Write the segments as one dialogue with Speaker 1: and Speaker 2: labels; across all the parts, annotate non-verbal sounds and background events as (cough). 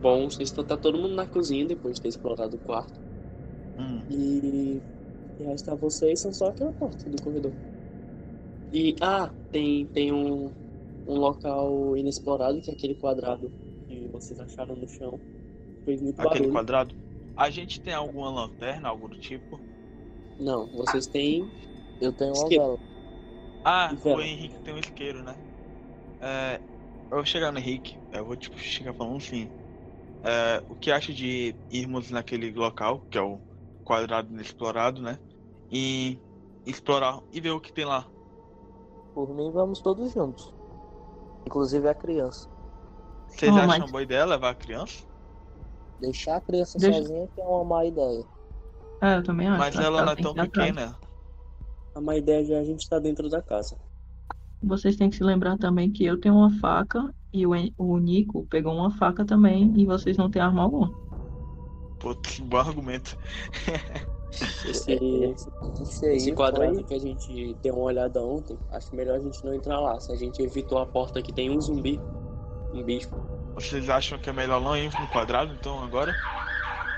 Speaker 1: bom, vocês estão tá todo mundo na cozinha depois de ter explorado o quarto.
Speaker 2: Hum.
Speaker 1: E, e resta a vocês são só aquela porta do corredor. E ah, tem, tem um, um local inexplorado, que é aquele quadrado que vocês acharam no chão. Fez muito
Speaker 2: Aquele
Speaker 1: barulho.
Speaker 2: quadrado. A gente tem alguma lanterna, algo do tipo?
Speaker 1: Não, vocês têm.
Speaker 3: Eu tenho uma
Speaker 1: Esquerda.
Speaker 3: vela.
Speaker 2: Ah,
Speaker 1: Vela.
Speaker 2: o Henrique tem um isqueiro, né? É, eu vou chegar no Henrique, eu vou tipo, chegar falando assim. é, o que acha de irmos naquele local, que é o quadrado inexplorado, né? E explorar e ver o que tem lá.
Speaker 3: Por mim, vamos todos juntos. Inclusive a criança.
Speaker 2: Vocês
Speaker 4: Não,
Speaker 2: acham
Speaker 4: mas-
Speaker 2: uma boa ideia levar a criança?
Speaker 3: Deixar a criança
Speaker 4: Deixa-
Speaker 3: sozinha que é uma má ideia.
Speaker 4: É, eu também
Speaker 3: Ah,
Speaker 4: acho.
Speaker 2: Mas
Speaker 3: tá,
Speaker 4: acho que
Speaker 2: ela não é
Speaker 4: tem
Speaker 2: tão
Speaker 4: que ir atrás.
Speaker 2: pequena.
Speaker 1: A má ideia já é a gente estar dentro da casa.
Speaker 4: Vocês têm que se lembrar também que eu tenho uma faca e o, En- o Nico pegou uma faca também e vocês não têm arma alguma.
Speaker 2: Putz, bom argumento.
Speaker 1: Esse,
Speaker 3: É,
Speaker 1: esse-
Speaker 3: Isso aí
Speaker 1: esse quadrado
Speaker 3: foi-
Speaker 1: que a gente deu uma olhada ontem, acho melhor a gente não entrar lá. Se a gente evitou a porta que tem um zumbi, um bicho.
Speaker 2: Vocês acham que é melhor não irmos no quadrado, então, agora?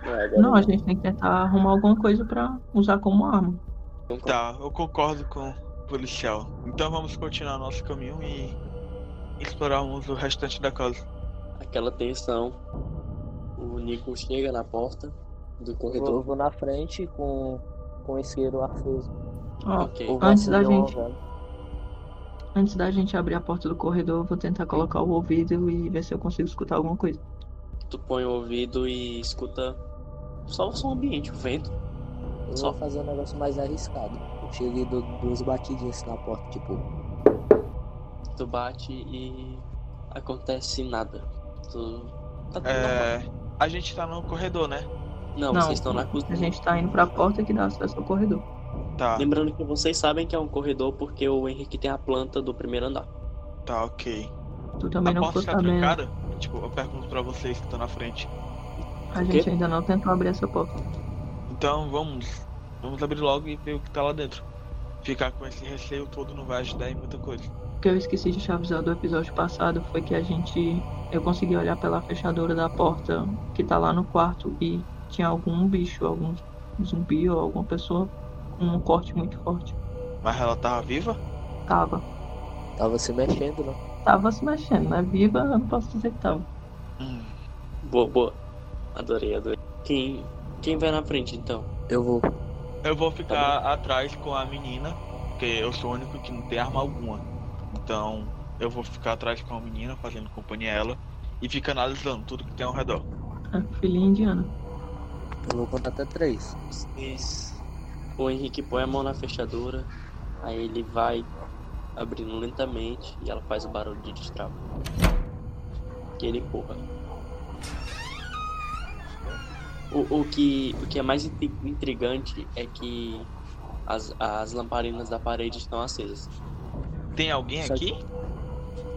Speaker 1: Não, agora
Speaker 4: Não, a gente tem que tentar arrumar alguma coisa pra usar como arma.
Speaker 1: não concordo.
Speaker 2: Tá, eu concordo com o policial. Então vamos continuar nosso caminho e explorarmos o restante da casa.
Speaker 1: Aquela tensão. O Nico chega na porta do
Speaker 3: Eu vou,
Speaker 1: corredor.
Speaker 3: vou na frente com, com o isqueiro aceso.
Speaker 4: Ó,
Speaker 1: Ok.
Speaker 3: Ou
Speaker 4: Antes da
Speaker 3: acender uma
Speaker 4: gente-
Speaker 3: vela.
Speaker 4: antes da gente abrir a porta do corredor, eu vou tentar colocar o ouvido e ver se eu consigo escutar alguma coisa.
Speaker 1: Tu põe o ouvido e escuta só o som ambiente, o vento.
Speaker 3: Eu
Speaker 1: Só.
Speaker 3: vou fazer um negócio mais arriscado. Eu cheguei e dou duas batidinhas na porta, tipo,
Speaker 1: Tu bate e acontece nada. Tu. Tá tudo
Speaker 2: É, a gente tá no corredor, né?
Speaker 1: normal. Não, vocês estão na
Speaker 4: a
Speaker 1: cozinha.
Speaker 4: gente tá indo pra porta que dá acesso ao corredor.
Speaker 2: Tá,
Speaker 1: Lembrando que vocês sabem que é um corredor porque o Henrique tem a planta do primeiro andar.
Speaker 2: tá, ok.
Speaker 4: Tu
Speaker 2: A
Speaker 4: também não
Speaker 2: porta
Speaker 4: ficou
Speaker 2: está
Speaker 4: sabendo.
Speaker 2: trancada? Tipo, eu pergunto pra vocês que estão na frente.
Speaker 4: A
Speaker 1: O quê?
Speaker 4: gente ainda não tentou abrir essa porta.
Speaker 2: Então vamos. Vamos abrir logo e ver o que tá lá dentro. Ficar com esse receio todo não vai ajudar em muita coisa.
Speaker 4: O que eu esqueci de te avisar do episódio passado foi que a gente. Eu consegui olhar pela fechadura da porta que tá lá no quarto e tinha algum bicho, algum zumbi ou alguma pessoa com um corte muito forte.
Speaker 2: Mas ela tava viva?
Speaker 4: Tava.
Speaker 3: tava se mexendo, né?
Speaker 4: Tava se mexendo, né? Viva, eu não posso dizer que tava.
Speaker 2: Hum,
Speaker 1: Boa, boa. Adorei, adorei. Quem, quem vai na frente então?
Speaker 3: Eu vou.
Speaker 2: Eu vou
Speaker 3: Tá
Speaker 2: ficar atrás com a menina, porque eu sou o único que não tem arma alguma. Então eu vou ficar atrás com a menina, fazendo companhia a ela, e fica analisando tudo que tem ao redor.
Speaker 4: É,
Speaker 2: (laughs)
Speaker 4: filhinha indiana.
Speaker 3: Eu vou contar até três.
Speaker 1: Vocês- O Henrique põe a mão na fechadura, aí ele vai abrindo lentamente e ela faz o barulho de destrava. Que ele empurra. O, o, que, o que é mais intri- intrigante é que as, as lamparinas da parede estão acesas.
Speaker 2: Tem alguém
Speaker 1: Só
Speaker 2: aqui?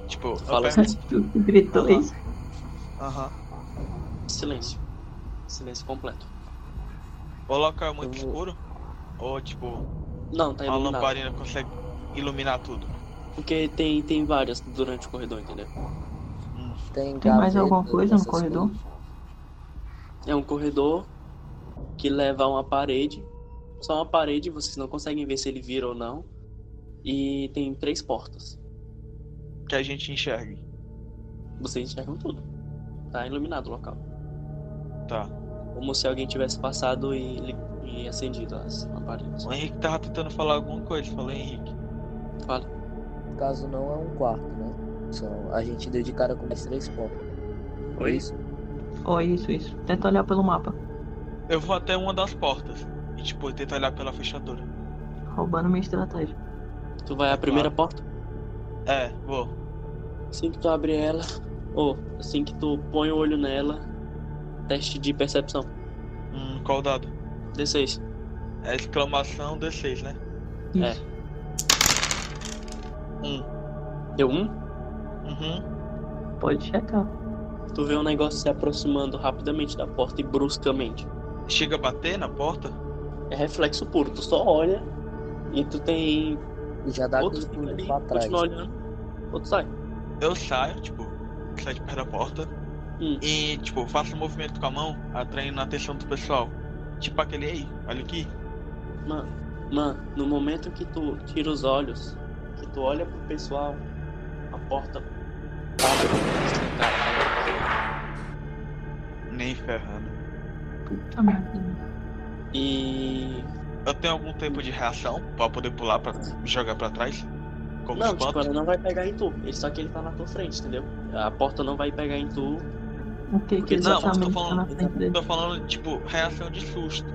Speaker 2: Tipo, eu
Speaker 1: Fala
Speaker 3: assim,
Speaker 2: pergunto-
Speaker 4: Tu gritou
Speaker 1: Aham.
Speaker 4: isso.
Speaker 2: Aham.
Speaker 1: Silêncio. Silêncio completo.
Speaker 2: O local é muito
Speaker 3: Eu vou-
Speaker 2: escuro? Ou tipo,
Speaker 1: Não, tá
Speaker 2: a
Speaker 1: iluminado.
Speaker 2: lamparina consegue iluminar tudo?
Speaker 1: Porque tem, tem várias durante o corredor, entendeu?
Speaker 3: Tem,
Speaker 4: Tem mais
Speaker 3: gaveta,
Speaker 4: alguma coisa no
Speaker 3: essas
Speaker 4: corredor?
Speaker 3: coisas.
Speaker 1: É um corredor que leva a uma parede. Só uma parede, vocês não conseguem ver se ele vira ou não. E tem três portas.
Speaker 2: Que a gente enxergue.
Speaker 1: Vocês enxergam tudo. Tá iluminado o local.
Speaker 2: Tá.
Speaker 1: Como se alguém tivesse passado e, li- e acendido as lamparinas.
Speaker 2: O Henrique tava tentando falar alguma coisa. Falei, Henrique.
Speaker 3: No caso, não é um quarto, né? São, a gente deu de cara com mais três pontos.
Speaker 1: Oi?
Speaker 3: Isso.
Speaker 4: Ó, isso, isso. Tenta olhar pelo mapa.
Speaker 2: Eu vou até uma das portas. E tipo, tenta olhar pela fechadura.
Speaker 4: Roubando minha estratégia.
Speaker 1: Tu vai à primeira porta.
Speaker 2: É, vou.
Speaker 1: Assim que tu abre ela, ou assim que tu põe o olho nela, teste de percepção.
Speaker 2: Hum, qual o dado?
Speaker 1: D6.
Speaker 2: É exclamação D6, né?
Speaker 4: Isso.
Speaker 2: Um.
Speaker 1: Deu um?
Speaker 2: Uhum.
Speaker 4: Pode checar.
Speaker 1: Tu vê um negócio se aproximando rapidamente da porta e bruscamente.
Speaker 2: Chega a bater na porta?
Speaker 1: É reflexo puro, tu só olha e tu tem.
Speaker 3: E já dá
Speaker 1: outro
Speaker 3: aquele
Speaker 1: fica ali,
Speaker 3: pulo pra trás.
Speaker 1: continua olhando, outro sai.
Speaker 2: Eu saio, tipo, saio de perto da porta.
Speaker 1: Hum.
Speaker 2: E, tipo, faça um movimento com a mão, atraindo a atenção do pessoal. Tipo aquele aí, olha aqui.
Speaker 1: Mano, mano, no momento que tu tira os olhos, que tu olha pro pessoal, a porta abre
Speaker 2: Nem ferrando.
Speaker 4: Puta Ah, merda.
Speaker 1: e
Speaker 2: Eu tenho algum tempo de reação pra poder pular pra jogar pra trás? Como
Speaker 1: Não, tipo,
Speaker 2: espanto?
Speaker 1: ela não vai pegar em tu. Ele- Só que ele tá na tua frente, entendeu? A porta não vai pegar em tu.
Speaker 4: O que que
Speaker 1: Porque-
Speaker 2: não,
Speaker 4: exatamente
Speaker 2: tô
Speaker 4: tá
Speaker 2: falando-
Speaker 4: na frente
Speaker 1: é-
Speaker 4: dele?
Speaker 2: Tô falando, tipo, reação de susto.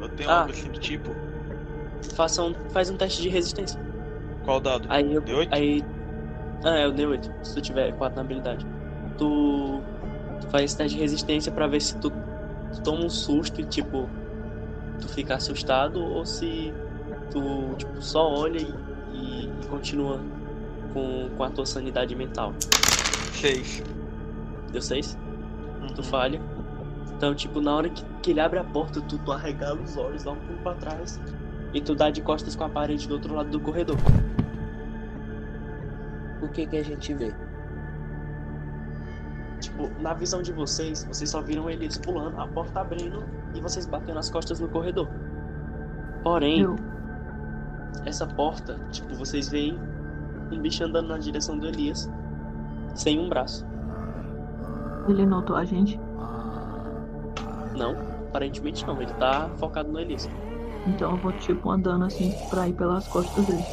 Speaker 2: Eu tenho
Speaker 1: Ah.
Speaker 2: algo assim do tipo.
Speaker 1: Faça um, faz um teste de resistência.
Speaker 2: Qual dado?
Speaker 1: Aí eu.
Speaker 2: De oito?
Speaker 1: Aí. Ah, eu dei 8. Se tu tiver 4 na habilidade. Tu. Tu faz esse teste de resistência pra ver se tu, tu toma um susto e, tipo. Tu fica assustado ou se tu, tipo, só olha e, e- e continua com, com a tua sanidade mental.
Speaker 2: Seis.
Speaker 1: Deu 6? tu
Speaker 2: Uhum.
Speaker 1: falha. Então, tipo, na hora que, que ele abre a porta, tu, tu arregala os olhos, dá um pulo pra trás e tu dá de costas com a parede do outro lado do corredor.
Speaker 3: O que que a gente vê?
Speaker 1: Tipo, na visão de vocês, vocês só viram eles pulando, a porta abrindo e vocês batendo as costas no corredor. Porém,
Speaker 4: Eu,
Speaker 1: essa porta, tipo, vocês veem um bicho andando na direção do Elias, sem um braço.
Speaker 4: ele notou a gente,
Speaker 1: Não, aparentemente não, ele tá focado no Elias.
Speaker 4: então eu vou tipo andando assim pra ir pelas costas dele.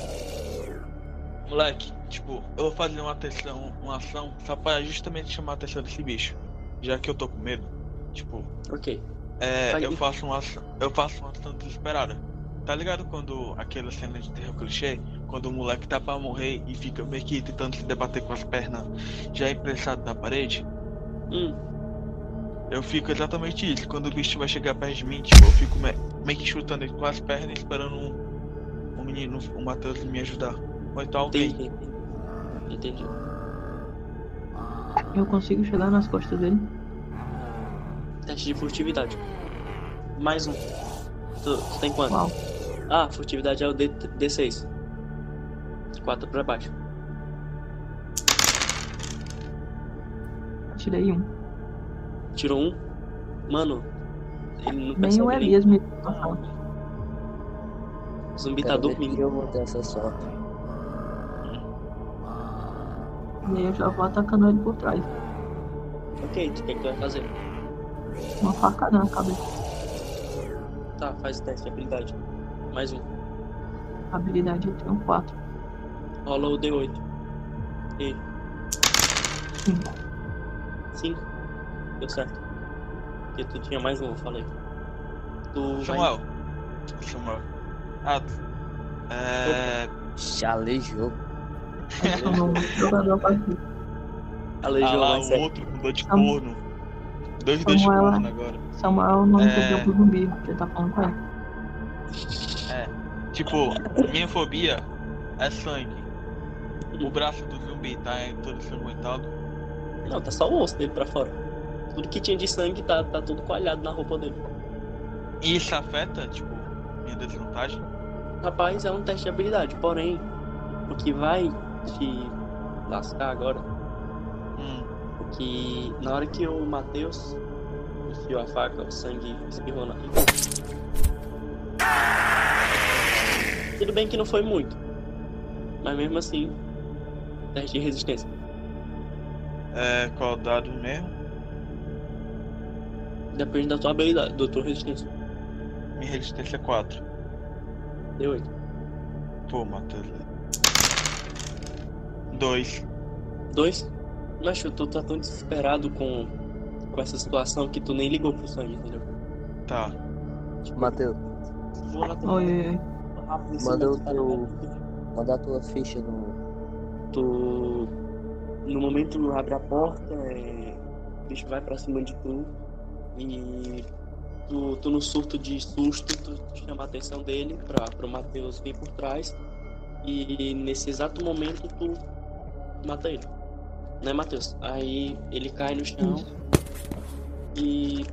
Speaker 2: Moleque, tipo, eu vou fazer uma atenção, uma ação só pra justamente chamar a atenção desse bicho. Já que eu tô com medo. Tipo,
Speaker 1: Ok.
Speaker 2: é,
Speaker 1: Vai.
Speaker 2: eu faço uma ação. Eu faço uma ação desesperada. Tá ligado quando aquela cena de terror clichê? Quando o moleque tá pra morrer e fica meio que tentando se debater com as pernas já imprensado na parede?
Speaker 1: Hum,
Speaker 2: Eu fico exatamente isso. Quando o bicho vai chegar perto de mim, tipo, eu fico me- meio que chutando ele com as pernas esperando um, um menino, o Matheus me ajudar. Ou então alguém.
Speaker 1: entendi. Entendi.
Speaker 4: Eu consigo chegar nas costas dele?
Speaker 1: Teste de furtividade. Mais um. Tu, tu tem quanto?
Speaker 4: Uau.
Speaker 1: Ah, furtividade é o D, D6. 4 pra baixo.
Speaker 4: Tirei um.
Speaker 1: Tirou um. Mano, ele não
Speaker 4: Nem um
Speaker 2: um
Speaker 4: é
Speaker 1: percebe
Speaker 4: o
Speaker 1: nem.
Speaker 4: Elias me notou.
Speaker 1: O zumbi tá
Speaker 3: Quero ver se
Speaker 1: dormindo.
Speaker 3: Eu vou ter essa sorte.
Speaker 4: E aí eu já vou atacando ele por trás.
Speaker 1: Ok, tu- o que, que tu vai fazer?
Speaker 4: Uma facada na cabeça.
Speaker 1: Tá, faz o teste de habilidade. Mais um.
Speaker 4: Habilidade eu tenho quatro.
Speaker 1: Rola o D8. E
Speaker 4: Cinco.
Speaker 1: 5. Deu certo. Porque tu tinha mais um, eu falei. Tu vai.
Speaker 2: Samuel. Samuel. Ah, tu- é...
Speaker 3: Chalejou.
Speaker 4: Eu sou novo (laughs) jogador da partida.
Speaker 2: Ah
Speaker 1: Aleijou
Speaker 2: lá,
Speaker 1: mais
Speaker 2: o
Speaker 1: sete.
Speaker 2: outro com dor de
Speaker 4: Samuel.
Speaker 2: corno. Dois dor de
Speaker 4: Samuel.
Speaker 2: corno agora.
Speaker 4: Samuel não
Speaker 2: É.
Speaker 4: entendeu pro zumbi, porque ele tá falando com ele.
Speaker 2: Tipo, minha fobia é sangue. O braço do zumbi tá é, todo ensanguentado.
Speaker 1: Não, tá só o osso dele pra fora. Tudo que tinha de sangue tá, tá tudo coalhado na roupa dele.
Speaker 2: E isso afeta, tipo, minha desvantagem.
Speaker 1: Rapaz, é um teste de habilidade, porém, o que vai te lascar agora,
Speaker 2: Hum,
Speaker 1: o que na hora que o Matheus enfiou a faca, o sangue espirrou na Tudo bem que não foi muito, mas mesmo assim, teste de resistência.
Speaker 2: é, qual dado mesmo?
Speaker 1: Depende da tua habilidade, da tua resistência.
Speaker 2: Minha resistência é 4.
Speaker 1: Deu 8.
Speaker 2: Pô, Matheus. 2.
Speaker 1: Dois? Mas tu tá tão desesperado com, com essa situação que tu nem ligou pro sangue, entendeu?
Speaker 2: Tá.
Speaker 3: Matheus,
Speaker 1: Vou lá
Speaker 4: Oi, oi, oi.
Speaker 1: rápido em
Speaker 3: Manda
Speaker 1: cima
Speaker 3: o
Speaker 1: do
Speaker 3: teu-
Speaker 1: cara. né?
Speaker 3: manda a tua ficha no.
Speaker 1: Tu. No momento abre a porta, é, o bicho vai pra cima de tu. E tu, tu no surto de susto, tu, tu chama a atenção dele pra, pro Matheus vir por trás. E nesse exato momento tu mata ele. Né, Matheus? Aí ele cai no chão e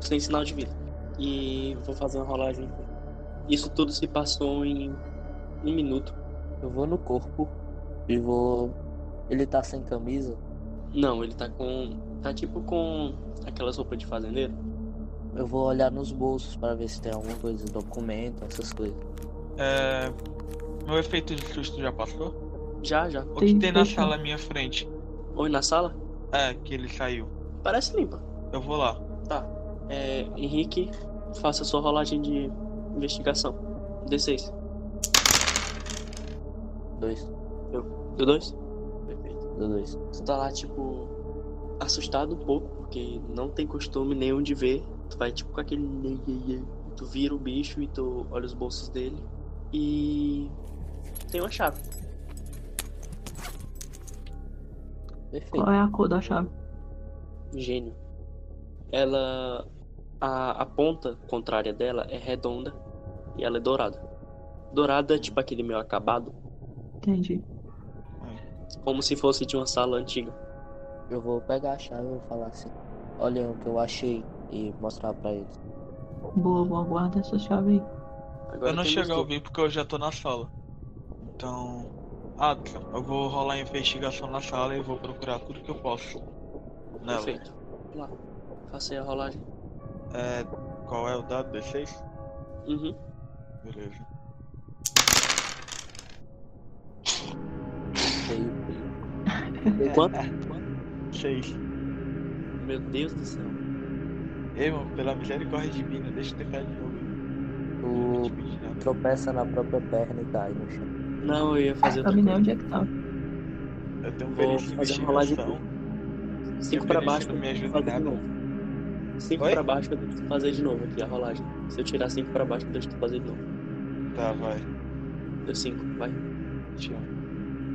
Speaker 1: sem sinal de vida. E vou fazer uma rolagem. Isso tudo se passou em um minuto.
Speaker 3: Eu vou no corpo e vou. Ele tá sem camisa.
Speaker 1: Não, ele tá com. Tá tipo com aquelas roupas de fazendeiro.
Speaker 3: Eu vou olhar nos bolsos pra ver se tem alguma coisa, documento, essas coisas.
Speaker 2: É, meu efeito de susto já passou?
Speaker 1: Já, já.
Speaker 2: O
Speaker 4: Tem
Speaker 2: que tem na
Speaker 4: dois
Speaker 2: sala à minha frente?
Speaker 1: Oi, na sala?
Speaker 2: É, que ele saiu.
Speaker 1: Parece limpa.
Speaker 2: Eu vou lá.
Speaker 1: É, Henrique, faça sua rolagem de investigação. D6.
Speaker 3: Dois,
Speaker 1: Do 2? Perfeito.
Speaker 3: do dois.
Speaker 1: Tu tá lá, tipo, assustado um pouco, porque não tem costume nenhum de ver. Tu vai, tipo, com aquele. "Ei, ei, ei". Tu vira o bicho e tu olha os bolsos dele. E. Tem uma chave.
Speaker 3: Perfeito.
Speaker 4: Qual é a cor da chave?
Speaker 1: Gênio. Ela. A, a ponta contrária dela é redonda e ela é dourada. Dourada é tipo aquele meio acabado,
Speaker 4: Entendi.
Speaker 1: como se fosse de uma sala antiga.
Speaker 3: Eu vou pegar a chave e vou falar assim. Olha o que eu achei e mostrar pra ele.
Speaker 4: Boa, boa, guarda essa chave aí.
Speaker 1: Agora
Speaker 2: Eu não
Speaker 1: temos
Speaker 2: chego a
Speaker 1: tu.
Speaker 2: ouvir porque eu já tô na sala. Então. Ah, tá. eu vou rolar a investigação na sala e vou procurar tudo que eu posso. Não,
Speaker 1: Perfeito. Lá. Faça aí a rolagem.
Speaker 2: é. Qual é o dado? D6?
Speaker 1: Uhum.
Speaker 4: (laughs)
Speaker 2: Beleza.
Speaker 3: Veio, veio.
Speaker 1: Quanto?
Speaker 2: 6.
Speaker 1: Meu Deus do céu.
Speaker 2: Ei, mano, pela misericórdia divina, deixa eu tentar de novo. Não vou te né?
Speaker 3: Tu
Speaker 2: pedir nada.
Speaker 3: tropeça na própria perna e cai no chão.
Speaker 1: Não, eu ia fazer
Speaker 4: Sabe
Speaker 1: outra
Speaker 4: nem
Speaker 1: coisa.
Speaker 4: onde é que tá.
Speaker 2: Eu tenho um
Speaker 1: Vou
Speaker 2: perícia de
Speaker 1: fazer uma rolagem
Speaker 2: investigação.
Speaker 1: Cinco
Speaker 2: Eu
Speaker 1: pra
Speaker 2: pensei
Speaker 1: baixo,
Speaker 2: que não me
Speaker 1: eu tenho que
Speaker 2: ajuda em
Speaker 1: fazer de
Speaker 2: nada.
Speaker 1: novo. Cinco
Speaker 2: Oi?
Speaker 1: pra baixo, eu deixo tu fazer de novo aqui a rolagem. Se eu tirar cinco pra baixo, eu deixo tu fazer de novo.
Speaker 2: Tá, vai.
Speaker 1: Deu cinco, vai.
Speaker 2: Tchau.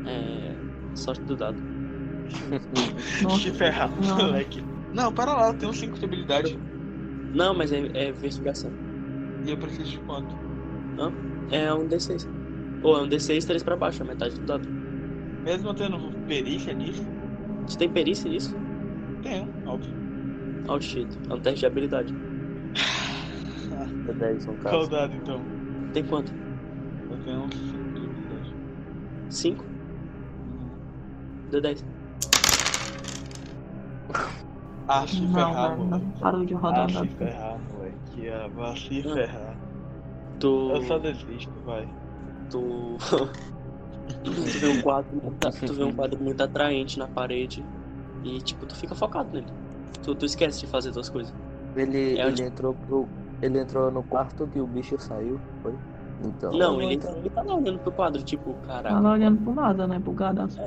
Speaker 1: É. Sorte do dado.
Speaker 2: (laughs)
Speaker 4: Nossa,
Speaker 2: Te ferrar,
Speaker 4: Não.
Speaker 2: moleque. Não, para lá, eu tenho 5 de habilidade.
Speaker 1: Não, mas é, é investigação.
Speaker 2: E eu preciso de quanto?
Speaker 1: É um D6. Ou é um D6, três pra baixo, é metade do dado.
Speaker 2: Mesmo eu tendo perícia nisso,
Speaker 1: Tu tem perícia nisso?
Speaker 2: tenho, óbvio.
Speaker 1: Oh shit. É um teste de habilidade.
Speaker 3: É 10
Speaker 2: (laughs) Qual
Speaker 3: no
Speaker 2: o
Speaker 3: caso.
Speaker 2: dado então?
Speaker 1: Tem quanto?
Speaker 2: Eu tenho 5 de habilidade.
Speaker 1: Cinco? D10.
Speaker 2: Ah, se ferrar,
Speaker 4: não,
Speaker 2: moleque.
Speaker 4: não parou de rodar
Speaker 2: Ah, se
Speaker 4: nada.
Speaker 2: ferrar, moleque. Ah, vai se
Speaker 1: Não.
Speaker 2: ferrar.
Speaker 1: Tu.
Speaker 2: Eu só desisto, vai.
Speaker 1: Tu. (laughs) tu vê um quadro, tu vê um quadro muito atraente na parede e tipo, tu fica focado nele. Tu, tu esquece de fazer tuas coisas.
Speaker 3: Ele,
Speaker 1: É
Speaker 3: ele entrou pro. Ele entrou no quarto que o bicho saiu, foi? Então.
Speaker 1: não, ele
Speaker 2: é-
Speaker 1: entra ele tá lá olhando pro quadro, tipo, caraca.
Speaker 4: Tá lá olhando pro nada, né? Bugadaço.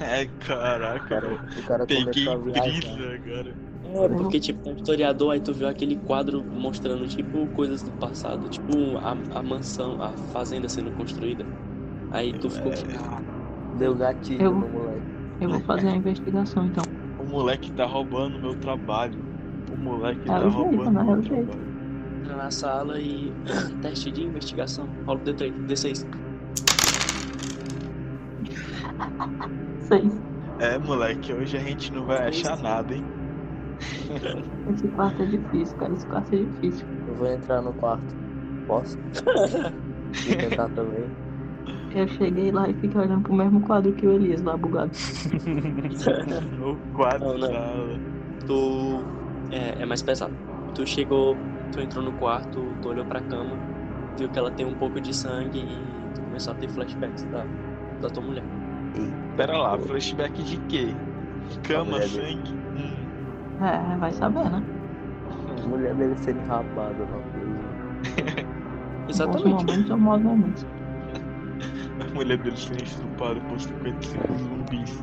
Speaker 2: É,
Speaker 3: O
Speaker 2: caraca,
Speaker 3: cara,
Speaker 2: velho.
Speaker 3: o cara
Speaker 2: Peguei
Speaker 3: começou a viajar.
Speaker 2: brisa agora.
Speaker 1: É, porque tipo, tem um historiador, aí tu viu aquele quadro mostrando, tipo, coisas do passado, tipo a, a mansão, a fazenda sendo construída. Aí tu ficou. tipo, "Ah,
Speaker 3: Deu gatilho
Speaker 4: Eu-
Speaker 3: no moleque.
Speaker 4: Eu vou fazer a investigação então.
Speaker 2: O moleque tá roubando meu trabalho. O moleque
Speaker 4: É
Speaker 2: tá
Speaker 4: o jeito,
Speaker 2: roubando
Speaker 4: né? É o
Speaker 2: meu
Speaker 4: jeito.
Speaker 2: trabalho.
Speaker 1: Entra na sala e. (clears throat) Teste de investigação. Rola o D3, D6.
Speaker 4: Seis.
Speaker 2: É, moleque, hoje a gente não vai achar nada, hein?
Speaker 4: Esse quarto é difícil, cara. Esse quarto é difícil.
Speaker 3: Eu vou entrar no quarto.
Speaker 1: (laughs)
Speaker 3: Posso? E tentar também.
Speaker 4: Eu cheguei lá e fiquei olhando pro mesmo quadro que o Elias lá bugado.
Speaker 2: É. (laughs) No quadro
Speaker 1: Não,
Speaker 3: né?
Speaker 1: não.
Speaker 2: da aula.
Speaker 1: Tu. É, é mais pesado. Tu chegou, tu entrou no quarto, tu olhou pra cama, viu que ela tem um pouco de sangue e tu começou a ter flashbacks da, da tua mulher.
Speaker 2: Pera lá, flashback de quê? Cama,
Speaker 3: Olha ali.
Speaker 2: sangue? Hum.
Speaker 4: É, vai saber, né?
Speaker 3: Mulher dele sendo rapada, não.
Speaker 1: Exatamente.
Speaker 4: Bons momentos ou maus momentos.
Speaker 2: A mulher dele sendo estrupada por 55 zumbis.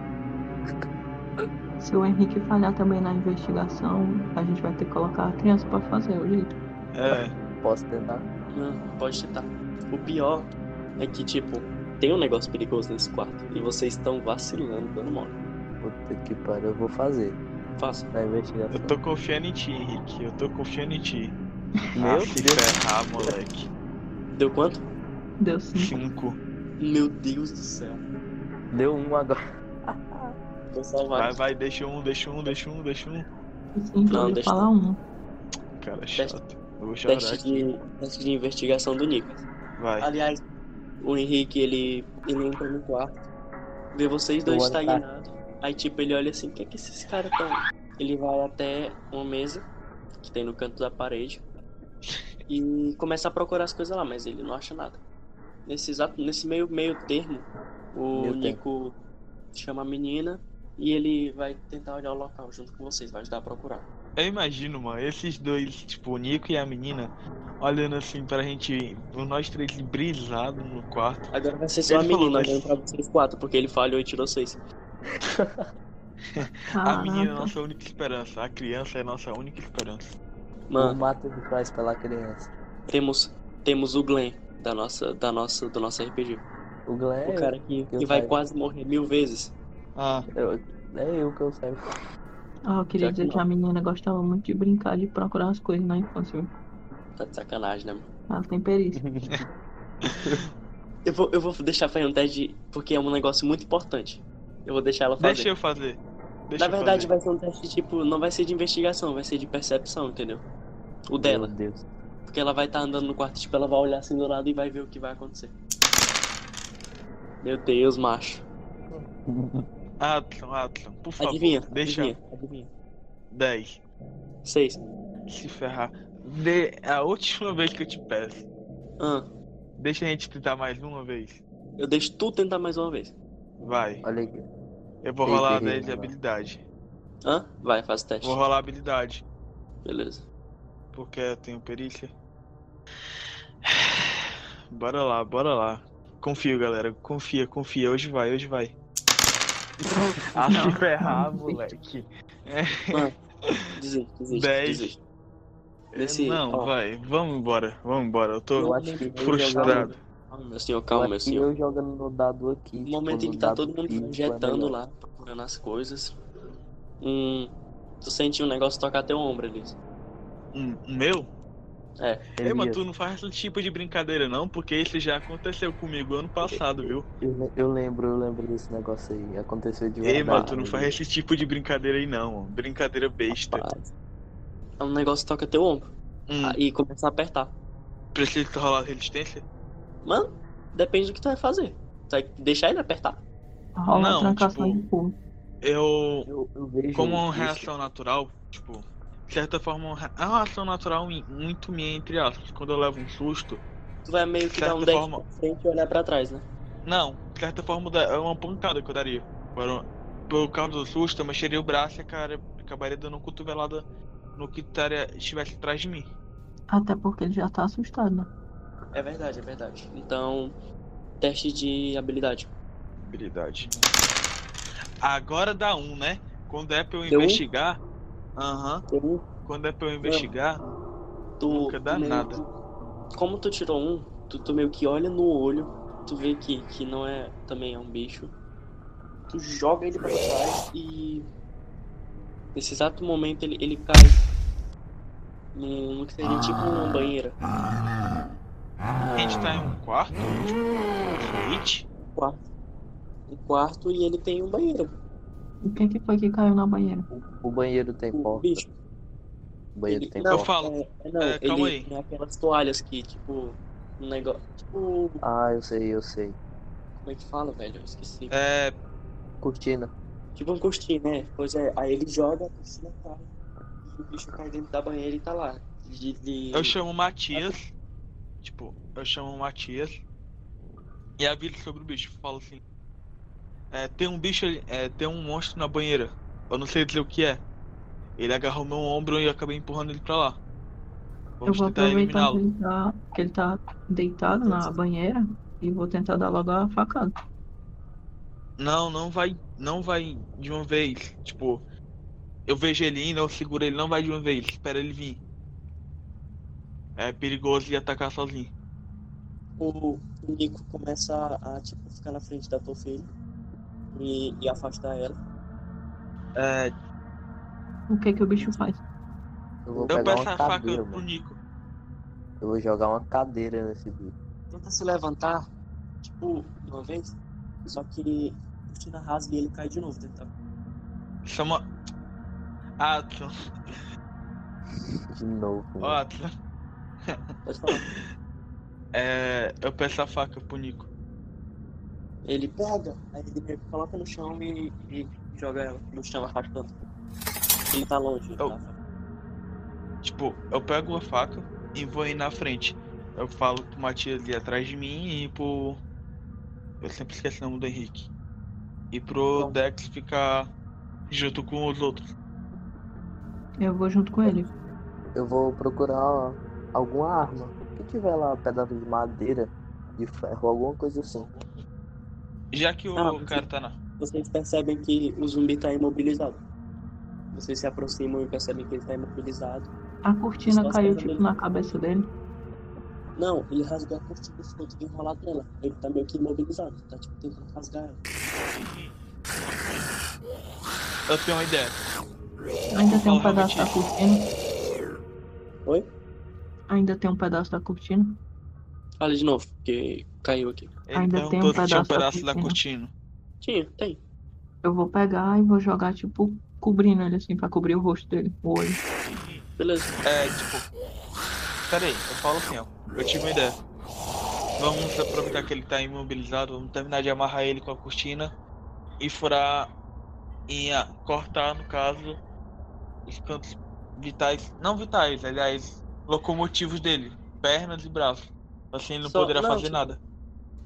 Speaker 4: Se o Henrique falhar também na investigação, a gente vai ter que colocar a criança pra fazer o jeito.
Speaker 2: É,
Speaker 3: Posso tentar?
Speaker 1: Não, Hum, pode tentar. O pior é que, tipo, tem um negócio perigoso nesse quarto e vocês estão vacilando, dando mole.
Speaker 3: Puta que pariu, eu vou fazer.
Speaker 1: Faça.
Speaker 3: Na investigação.
Speaker 2: eu tô confiando em ti, Henrique. Eu tô confiando em ti.
Speaker 3: Meu
Speaker 2: ah, se
Speaker 3: Deus.
Speaker 2: ferrar, moleque.
Speaker 1: Deu quanto?
Speaker 4: Deu sim.
Speaker 2: 5.
Speaker 1: Meu Deus do céu.
Speaker 3: Deu um agora.
Speaker 1: Vou salvar.
Speaker 2: Vai, vai, deixa um, deixa um, deixa um, deixa um.
Speaker 4: Sim,
Speaker 1: Não,
Speaker 4: pode
Speaker 1: deixa-
Speaker 4: falar um.
Speaker 2: Cara, é
Speaker 1: Teste-
Speaker 2: chato. Eu vou chorar
Speaker 1: Teste
Speaker 2: aqui.
Speaker 1: de, teste de investigação do Nico.
Speaker 2: Vai.
Speaker 1: Aliás, o Henrique, ele, ele entra no quarto, vê vocês dois
Speaker 3: Boa tarde.
Speaker 1: estagnados. Aí, tipo, ele olha assim, o que é que esses caras estão... Ele vai até uma mesa que tem no canto da parede e começa a procurar as coisas lá, mas ele não acha nada. Nesse exato, nesse meio meio termo, o
Speaker 3: Meio
Speaker 1: Nico chama a menina e ele vai tentar olhar o local junto com vocês, vai ajudar a procurar.
Speaker 2: Eu imagino, mano, esses dois, tipo, o Nico e a menina, olhando assim pra gente, nós três brisados no quarto.
Speaker 1: Agora vai ser só a
Speaker 2: Ele falou,
Speaker 1: menina
Speaker 2: mas-
Speaker 1: olhando pra vocês quatro, porque ele falhou e tirou seis.
Speaker 2: A menina é
Speaker 4: Caraca.
Speaker 2: nossa única esperança, a criança é nossa única esperança.
Speaker 3: O
Speaker 1: Mano,
Speaker 3: mato Um de trás pela criança.
Speaker 1: temos temos o Glenn da nossa da nossa do nosso RPG.
Speaker 3: O Glenn é
Speaker 1: O cara que,
Speaker 3: eu
Speaker 1: que vai
Speaker 3: saiba.
Speaker 1: quase morrer mil vezes.
Speaker 2: Ah,
Speaker 3: eu. É eu que eu saiba.
Speaker 4: Ah, eu queria
Speaker 1: Já que
Speaker 4: dizer que
Speaker 1: não.
Speaker 4: a menina gostava muito de brincar, de procurar as coisas na infância. viu?
Speaker 1: Tá de sacanagem, né, mano?
Speaker 4: Ela tem perícia.
Speaker 1: Uhum. Eu vou, eu vou deixar fazer um teste de- porque é um negócio muito importante. Eu vou deixar ela fazer.
Speaker 2: deixa eu fazer. Deixa
Speaker 1: Na
Speaker 2: eu
Speaker 1: verdade,
Speaker 2: fazer.
Speaker 1: vai ser um teste tipo, não vai ser de investigação, vai ser de percepção, entendeu? O dela.
Speaker 3: Meu Deus.
Speaker 1: Porque ela vai estar andando no quarto, tipo, ela vai olhar assim do lado e vai ver o que vai acontecer. Meu Deus, macho.
Speaker 2: Adson, Adson, por favor,
Speaker 1: Adivinha,
Speaker 2: deixa
Speaker 1: adivinha, adivinha.
Speaker 2: 10.
Speaker 1: Seis.
Speaker 2: Se ferrar. De... A última vez que eu te peço,
Speaker 1: Ah,
Speaker 2: deixa a gente tentar mais uma vez.
Speaker 1: eu deixo tu tentar mais uma vez.
Speaker 2: Vai.
Speaker 3: Olha aqui.
Speaker 2: Eu vou
Speaker 3: Ei,
Speaker 2: rolar a 10
Speaker 3: guerreiro,
Speaker 2: de
Speaker 3: vai lá.
Speaker 2: habilidade.
Speaker 1: Hã? Vai, faz o teste.
Speaker 2: Vou rolar a habilidade,
Speaker 1: Beleza.
Speaker 2: porque eu tenho perícia. (sighs) Bora lá, bora lá. Confio, galera. Confia, confia. Hoje vai, hoje vai. Ah,
Speaker 4: Não.
Speaker 2: se ferrar, moleque.
Speaker 1: Desiste, desiste,
Speaker 2: Dez. É,
Speaker 1: desiste. Nesse-
Speaker 2: Não,
Speaker 1: assim, ó.
Speaker 2: vai. Vamos embora, vamos embora. Eu
Speaker 3: Eu
Speaker 2: tô
Speaker 3: acho que eu
Speaker 2: frustrado.
Speaker 1: um- Calma, meu senhor, calma,
Speaker 3: eu
Speaker 1: meu
Speaker 3: acho que
Speaker 1: senhor.
Speaker 3: eu jogando no dado aqui.
Speaker 1: No
Speaker 3: tipo,
Speaker 1: momento em
Speaker 3: no
Speaker 1: que tá
Speaker 3: dado
Speaker 1: todo mundo
Speaker 3: físico, é
Speaker 1: projetando
Speaker 3: melhor.
Speaker 1: lá, procurando as coisas. Hum. Tu sente um negócio tocar teu ombro, Elise.
Speaker 2: Hum, o meu? Ei, mas tu não faz esse tipo de brincadeira, não, porque isso já aconteceu comigo ano passado, viu?
Speaker 3: Eu, le- eu lembro, eu lembro desse negócio aí. Aconteceu de verdade.
Speaker 2: Ei, mano, tu não faz esse tipo de brincadeira aí não, ó. brincadeira besta.
Speaker 1: Rapaz. É um negócio que toca teu ombro.
Speaker 2: Hum,
Speaker 1: Aí começa a apertar.
Speaker 2: precisa rolar resistência?
Speaker 1: Mano, depende do que tu vai fazer. Tu vai deixar ele apertar.
Speaker 4: Rola
Speaker 2: Não,
Speaker 4: a trancação
Speaker 2: tipo,
Speaker 4: de pulo.
Speaker 2: Eu,
Speaker 3: Eu, eu vejo
Speaker 2: como uma
Speaker 3: isso.
Speaker 2: reação natural, tipo, de certa forma, uma re- é uma reação natural mi- muito minha, entre aspas, quando eu levo um susto.
Speaker 1: Tu vai meio que
Speaker 2: Certa
Speaker 1: dar um deck
Speaker 2: forma.
Speaker 1: pra frente e olhar pra trás, né?
Speaker 2: Não, de certa forma da- é uma pancada que eu daria. Por, por causa do susto, eu mexeria o braço e a cara acabaria dando uma cotovelada no que estaria- estivesse atrás de mim.
Speaker 4: Até porque ele já tá assustado, né?
Speaker 1: É verdade, é verdade. Então, teste de habilidade.
Speaker 2: Habilidade. Agora dá um, né? Quando é pra eu
Speaker 1: Deu um?
Speaker 2: investigar. Aham.
Speaker 1: Tu,
Speaker 2: Quando é pra eu investigar. Nunca dá
Speaker 1: tu meio
Speaker 2: nada.
Speaker 1: que- como tu tirou um, tu, tu meio que olha no olho, tu vê que, que não é também é um bicho. Tu joga ele pra trás e. Nesse exato momento ele, ele cai. Num, no que seria tipo
Speaker 3: Ah.
Speaker 1: uma banheira.
Speaker 2: A gente tá em um quarto. Tipo, um suíte.
Speaker 1: quarto. Um quarto e ele tem um banheiro.
Speaker 4: O que que foi que caiu na banheira?
Speaker 3: O banheiro tem
Speaker 1: Um
Speaker 3: porta.
Speaker 1: bicho.
Speaker 3: O banheiro
Speaker 1: Ele-
Speaker 3: tem
Speaker 1: não,
Speaker 2: Eu
Speaker 3: porta.
Speaker 2: falo.
Speaker 1: É, é, não,
Speaker 2: É, calma
Speaker 1: ele
Speaker 2: aí.
Speaker 1: tem aquelas toalhas que, tipo, um negócio. Tipo.
Speaker 3: Ah, eu sei, eu sei.
Speaker 1: Como é que fala, velho? Eu esqueci.
Speaker 2: É.
Speaker 3: Cortina.
Speaker 1: Tipo um coxinho, né? Pois é, aí ele joga a coxinha cai. E o bicho cai dentro da banheira e tá lá. De, de-
Speaker 2: Eu chamo É o Matias. Tipo, eu chamo o Matias. E aviso sobre o bicho. Falo assim. É, tem um bicho ali. É, tem um monstro na banheira. Eu não sei dizer o que é. Ele agarrou meu ombro e eu acabei empurrando ele pra lá.
Speaker 4: Eu
Speaker 2: Vamos
Speaker 4: vou
Speaker 2: tentar
Speaker 4: aproveitar que
Speaker 2: eliminá-lo.
Speaker 4: ele, tá, que ele tá deitado na banheira e vou tentar dar logo a facada.
Speaker 2: Não, não vai, não vai de uma vez. Tipo, eu vejo ele indo, eu seguro ele, não vai de uma vez. Espera ele vir. É perigoso ele atacar sozinho.
Speaker 1: O, o Nico começa a, a, tipo, ficar na frente da tua filha e, e afastar ela.
Speaker 2: É,
Speaker 4: O que que o bicho faz?
Speaker 3: Eu vou
Speaker 2: eu
Speaker 3: pegar
Speaker 2: peço
Speaker 3: uma
Speaker 2: a faca
Speaker 3: cadeira,
Speaker 2: pro
Speaker 3: mano.
Speaker 2: Nico.
Speaker 3: Eu vou jogar uma cadeira nesse bicho.
Speaker 1: Tenta se levantar, tipo, de uma vez. Só que a cortina rasga e ele cai de novo dentro da
Speaker 2: Chama. Atlan,
Speaker 3: De novo.
Speaker 2: ó
Speaker 3: mano.
Speaker 2: Atlan.
Speaker 1: Pode falar.
Speaker 2: É, eu peço a faca pro Nico.
Speaker 1: Ele pega, aí ele meio que coloca no chão e, e joga ela no chão arrastando. Ele tá longe.
Speaker 2: Eu-
Speaker 1: tá?
Speaker 2: Tipo, eu pego a faca e vou ir na frente. Eu falo pro Matias ali atrás de mim e pro. Eu sempre esqueço o nome do Henrique. E pro
Speaker 1: Bom.
Speaker 2: Dex ficar junto com os outros.
Speaker 4: Eu vou junto com ele.
Speaker 3: Eu vou procurar alguma arma. O que tiver lá, um pedaço de madeira, de ferro, alguma coisa assim.
Speaker 2: Já que o
Speaker 1: Ah, você-
Speaker 2: cara tá na.
Speaker 1: Vocês percebem que o zumbi tá imobilizado. Vocês se aproximam e percebem que ele tá imobilizado.
Speaker 4: A cortina
Speaker 1: Só
Speaker 4: caiu
Speaker 1: saindo
Speaker 4: tipo
Speaker 1: dele.
Speaker 4: na cabeça dele.
Speaker 1: Não, ele rasgou a cortina e ficou tudo enrolado nela. Ele tá meio que imobilizado. Tá tipo tentando rasgar ela.
Speaker 2: Eu tenho uma ideia.
Speaker 4: Ainda tem um
Speaker 2: Fala,
Speaker 4: pedaço da
Speaker 2: Robertinho.
Speaker 4: cortina.
Speaker 1: Oi?
Speaker 4: Ainda tem um pedaço da cortina.
Speaker 1: Fala de novo, porque caiu aqui.
Speaker 2: Ele
Speaker 4: Ainda tem um
Speaker 2: perguntou se tinha um
Speaker 4: pedaço da
Speaker 2: pedaço da cortina.
Speaker 1: Tinha, tem.
Speaker 4: Eu vou pegar e vou jogar, tipo, cobrindo ele assim, pra cobrir o rosto dele, o olho.
Speaker 1: Beleza.
Speaker 2: É, tipo. Pera aí, eu falo assim, ó. Eu tive uma ideia. Vamos aproveitar que ele tá imobilizado, vamos terminar de amarrar ele com a cortina e furar e ah, cortar, no caso, os cantos vitais. Não vitais, aliás, locomotivos dele. Pernas e braços. Assim ele não
Speaker 1: Só-
Speaker 2: poderá
Speaker 1: não,
Speaker 2: fazer
Speaker 1: tipo-
Speaker 2: nada.